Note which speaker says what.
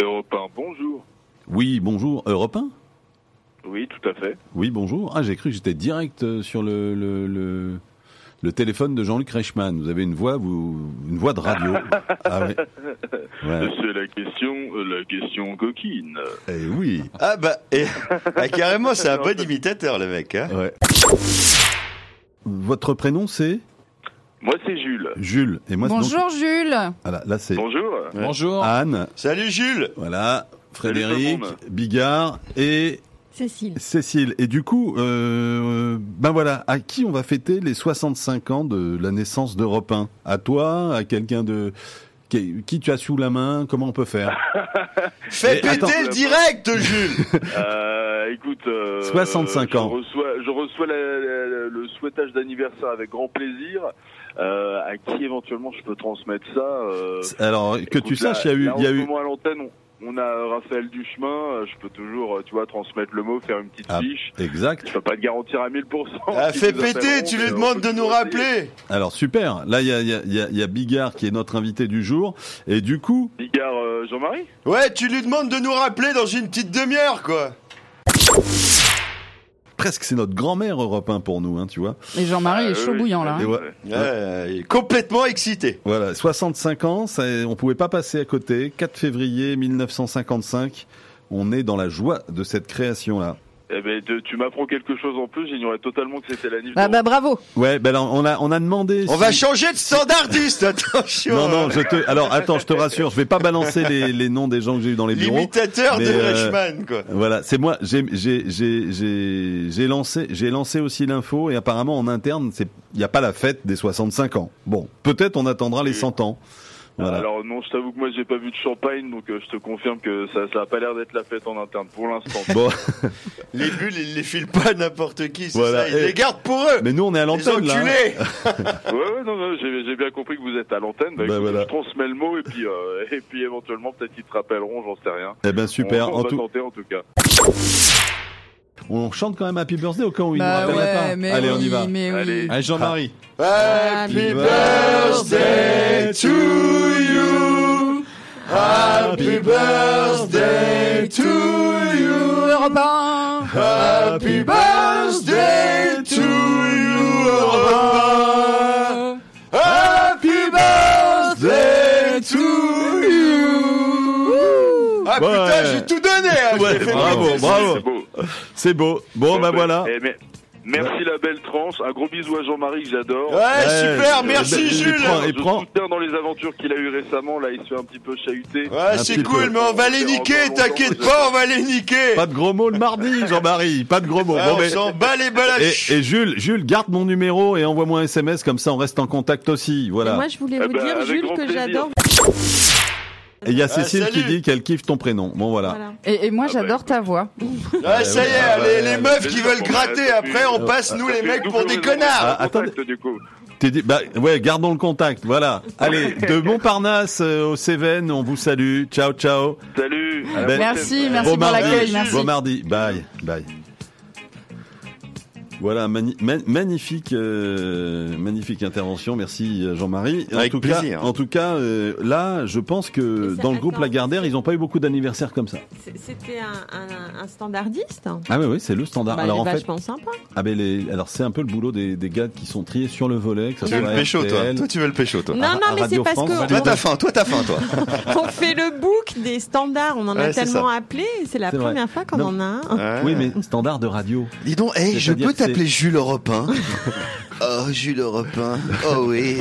Speaker 1: Europe 1, bonjour.
Speaker 2: Oui, bonjour, Europe 1
Speaker 1: Oui, tout à fait.
Speaker 2: Oui, bonjour. Ah, j'ai cru que j'étais direct euh, sur le, le, le, le téléphone de Jean-Luc Reichmann. Vous avez une voix, vous, une voix de radio. Ah oui. Ouais.
Speaker 1: C'est la question, euh, la question coquine.
Speaker 2: Eh oui.
Speaker 3: Ah bah, et, ah, carrément, c'est un
Speaker 1: Non,
Speaker 3: bon
Speaker 1: je-
Speaker 3: imitateur le mec. Hein.
Speaker 2: Ouais. Votre prénom c'est
Speaker 1: Moi, c'est Jules.
Speaker 2: Jules et moi c'est donc-
Speaker 4: Bonjour Jules.
Speaker 2: Ah là, là, c'est
Speaker 1: Bonjour.
Speaker 5: Bonjour.
Speaker 2: Anne.
Speaker 3: Salut Jules
Speaker 2: Voilà,
Speaker 1: Salut tout le
Speaker 2: Frédéric,
Speaker 1: monde.
Speaker 2: Bigard et
Speaker 4: Cécile.
Speaker 2: Cécile. Et du coup, euh, ben voilà, à qui on va fêter les 65 ans de la naissance d'Europe 1 À toi À quelqu'un de... Qui qui tu as sous la main Comment on peut faire
Speaker 3: Fais
Speaker 2: Et
Speaker 3: péter
Speaker 2: attends.
Speaker 3: le direct, Jules
Speaker 1: Euh, écoute, euh,
Speaker 2: 65 ans.
Speaker 1: Je reçois, je reçois la- la- la- le souhaitage d'anniversaire avec grand plaisir. Euh, à qui éventuellement je peux transmettre ça euh,
Speaker 2: Alors, que
Speaker 1: écoute,
Speaker 2: tu saches, il
Speaker 1: là-
Speaker 2: y a eu...
Speaker 1: là, en
Speaker 2: il y a
Speaker 1: ce
Speaker 2: eu...
Speaker 1: moment, à l'antenne, on, on a euh, Raphaël Duchemin. euh, Je peux toujours, euh, tu vois, transmettre le mot, faire une petite
Speaker 2: Ah.
Speaker 1: fiche.
Speaker 2: Exact.
Speaker 1: Je peux pas te garantir à 1000%.
Speaker 3: Ah,
Speaker 1: qu'ils
Speaker 3: Fais
Speaker 1: nous
Speaker 3: péter,
Speaker 1: appelleront,
Speaker 3: tu
Speaker 1: mais
Speaker 3: lui
Speaker 1: on
Speaker 3: demandes
Speaker 1: peut
Speaker 3: de nous
Speaker 1: toujours essayer.
Speaker 3: rappeler
Speaker 2: Alors, super. Là, il y a, il y, a- il y a- il y a Bigard qui est notre invité du jour. Et du coup,
Speaker 1: Bigard euh, Jean-Marie
Speaker 3: Ouais, tu lui demandes de nous rappeler dans une petite demi-heure, quoi
Speaker 2: presque c'est notre grand-mère Europe 1 pour nous, hein, tu vois.
Speaker 4: Et Jean-Marie
Speaker 1: Ah,
Speaker 4: est chaud
Speaker 1: oui,
Speaker 4: bouillant là. hein.
Speaker 1: oui.
Speaker 2: Et ouais.
Speaker 3: Ouais, il est complètement excité.
Speaker 2: Voilà, 65 ans, ça, on pouvait pas passer à côté. 4 février 1955, on est dans la joie de cette création-là.
Speaker 1: Eh ben, tu, tu m'apprends quelque chose en plus, j'ignorais totalement que c'était la niche.
Speaker 4: Bah, bah bravo.
Speaker 2: Ouais, ben alors, on a on a demandé.
Speaker 3: On
Speaker 2: si-
Speaker 3: va hein. changer de standardiste, attention
Speaker 2: Non non, je te. Alors attends, je te rassure, je vais pas balancer les les noms des gens que j'ai eu dans les bureaux.
Speaker 3: L'imitateur
Speaker 2: mais,
Speaker 3: de
Speaker 2: euh,
Speaker 3: Reichmann, quoi
Speaker 2: Voilà, c'est moi. J'ai j'ai j'ai j'ai j'ai lancé j'ai lancé aussi l'info et apparemment en interne, c'est il y a pas la fête des 65 ans. Bon, peut-être on attendra les 100 ans. Voilà.
Speaker 1: Alors non, je t'avoue que moi j'ai pas vu de champagne, donc euh, je te confirme que ça, ça a pas l'air d'être la fête en interne pour l'instant.
Speaker 2: Bon,
Speaker 3: Les bulles, il les file pas à n'importe qui, c'est
Speaker 2: Voilà,
Speaker 3: ça, il
Speaker 2: et-
Speaker 3: les garde pour eux
Speaker 2: mais nous on est à
Speaker 3: Les
Speaker 2: l'antenne là. hein.
Speaker 3: enculés
Speaker 1: ouais, ouais, non, non, j'ai j'ai bien compris que vous êtes à l'antenne. Bah,
Speaker 2: Bah,
Speaker 1: écoute,
Speaker 2: voilà.
Speaker 1: Je transmets le mot et puis euh, et puis éventuellement peut-être qu'ils te rappelleront, j'en sais rien.
Speaker 2: Eh ben super.
Speaker 1: On, on
Speaker 3: Oh,
Speaker 2: en
Speaker 1: va
Speaker 2: tout,
Speaker 1: tenter en tout cas.
Speaker 2: on chante quand même Happy Birthday au cas où il nous
Speaker 4: Bah
Speaker 2: rappellerait pas.
Speaker 4: mais
Speaker 2: Allez,
Speaker 4: oui,
Speaker 2: on y va.
Speaker 4: mais oui.
Speaker 1: Allez.
Speaker 5: Allez, Jean-Marie.
Speaker 2: Ah.
Speaker 3: Happy
Speaker 4: Happy
Speaker 3: birthday to you. Happy birthday to you.
Speaker 4: Europe 1.
Speaker 3: Happy birthday to you. Europe un. Happy birthday Ah, to you. Ah
Speaker 2: Ouais.
Speaker 3: putain, j'ai tout donné. hein, je
Speaker 2: Ouais,
Speaker 3: l'ai fait
Speaker 2: bravo,
Speaker 3: péter.
Speaker 2: bravo.
Speaker 1: Ah, C'est beau.
Speaker 2: C'est beau. Bon, ben
Speaker 1: bah,
Speaker 2: voilà.
Speaker 1: eh, mais- merci la belle tranche. Un gros bisou à Jean-Marie que j'adore. Euh,
Speaker 3: Ouais, super, merci
Speaker 2: il
Speaker 3: Jules.
Speaker 2: prend- il
Speaker 1: Je
Speaker 2: prend-
Speaker 1: soutiens dans les aventures qu'il a eues récemment. Là, il se fait un petit peu chahuter.
Speaker 3: Ouais,
Speaker 2: Un
Speaker 3: c'est
Speaker 2: petit
Speaker 3: cool,
Speaker 2: peu.
Speaker 3: mais on va les
Speaker 1: C'est
Speaker 3: niquer,
Speaker 1: encore
Speaker 3: t'inquiète
Speaker 1: longtemps,
Speaker 3: pas, on va les niquer.
Speaker 2: Pas de gros mots le mardi, Jean-Marie. Pas de gros mots.
Speaker 3: Ah,
Speaker 2: Bon,
Speaker 3: on
Speaker 2: mais-
Speaker 3: s'en bat les
Speaker 2: et,
Speaker 3: balaches.
Speaker 2: et Jules, Jules, garde mon numéro et envoie-moi un SMS comme ça on reste en contact aussi.
Speaker 6: Et
Speaker 2: Voilà.
Speaker 6: moi, je voulais
Speaker 1: Eh
Speaker 6: vous
Speaker 1: ben,
Speaker 6: dire,
Speaker 1: avec
Speaker 6: Jules,
Speaker 1: grand
Speaker 6: que
Speaker 1: plaisir.
Speaker 6: j'adore.
Speaker 2: Et il y a
Speaker 3: Ah,
Speaker 2: Cécile qui
Speaker 3: salut.
Speaker 2: dit qu'elle kiffe ton prénom. Bon voilà.
Speaker 6: Voilà.
Speaker 4: Et, et moi
Speaker 1: Ah bah,
Speaker 4: j'adore ta voix.
Speaker 3: Ah, ça y est,
Speaker 2: Ah,
Speaker 3: les,
Speaker 2: ouais,
Speaker 3: les
Speaker 2: ouais,
Speaker 3: meufs
Speaker 1: ouais.
Speaker 3: qui veulent gratter, après on passe nous les mecs pour des connards.
Speaker 2: Ah, attendez.
Speaker 1: Contact, du coup.
Speaker 2: T'es dit, bah ouais, gardons le contact. Voilà. Allez, de Montparnasse euh, aux Cévennes, on vous salue. Ciao, ciao.
Speaker 1: Salut. à la
Speaker 2: Ben-
Speaker 4: Merci,
Speaker 1: prochaine.
Speaker 4: merci
Speaker 2: bon
Speaker 4: pour
Speaker 2: mardi.
Speaker 4: l'accueil, merci.
Speaker 2: Bon mardi. Bye. Bye. Voilà, mani- ma- magnifique, euh, magnifique intervention. Merci euh, Jean-Marie. En
Speaker 3: Avec
Speaker 2: tout
Speaker 3: plaisir.
Speaker 2: Cas, en tout cas, euh, là, je pense que
Speaker 6: Et ça-
Speaker 2: dans le groupe
Speaker 6: attends.
Speaker 2: Lagardère, ils n'ont pas eu beaucoup d'anniversaires comme ça.
Speaker 6: C'est- C'était un, un- un standardiste.
Speaker 2: Ah oui, oui, c'est le standard.
Speaker 6: Bah,
Speaker 2: alors
Speaker 6: il est
Speaker 2: en fait,
Speaker 6: vachement sympa.
Speaker 2: ah, ben, les- alors c'est un peu le boulot des, des gars qui sont triés sur le volet. Que ça
Speaker 3: Tu veux
Speaker 2: soit
Speaker 3: le pécho toi
Speaker 2: RTL.
Speaker 3: Toi tu veux le pécho toi
Speaker 2: à-
Speaker 6: Non,
Speaker 2: à
Speaker 6: non, mais c'est
Speaker 2: Radio
Speaker 6: parce
Speaker 2: France,
Speaker 6: que
Speaker 3: Toi
Speaker 2: Radio-
Speaker 3: t'as faim, toi t'as faim toi.
Speaker 6: on, on fait le book des standards. On en
Speaker 3: Ouais,
Speaker 6: a
Speaker 3: c'est
Speaker 6: tellement
Speaker 3: ça.
Speaker 6: appelé. et C'est la
Speaker 2: C'est vrai.
Speaker 6: première fois qu'on
Speaker 2: Non.
Speaker 6: en a un.
Speaker 2: Oui, mais standard de radio.
Speaker 3: Dis donc, hey, je
Speaker 2: C'est-à-dire
Speaker 3: peux
Speaker 2: que c'est-
Speaker 3: t'appeler Jules Europin Oh Jules Europin, oh oui.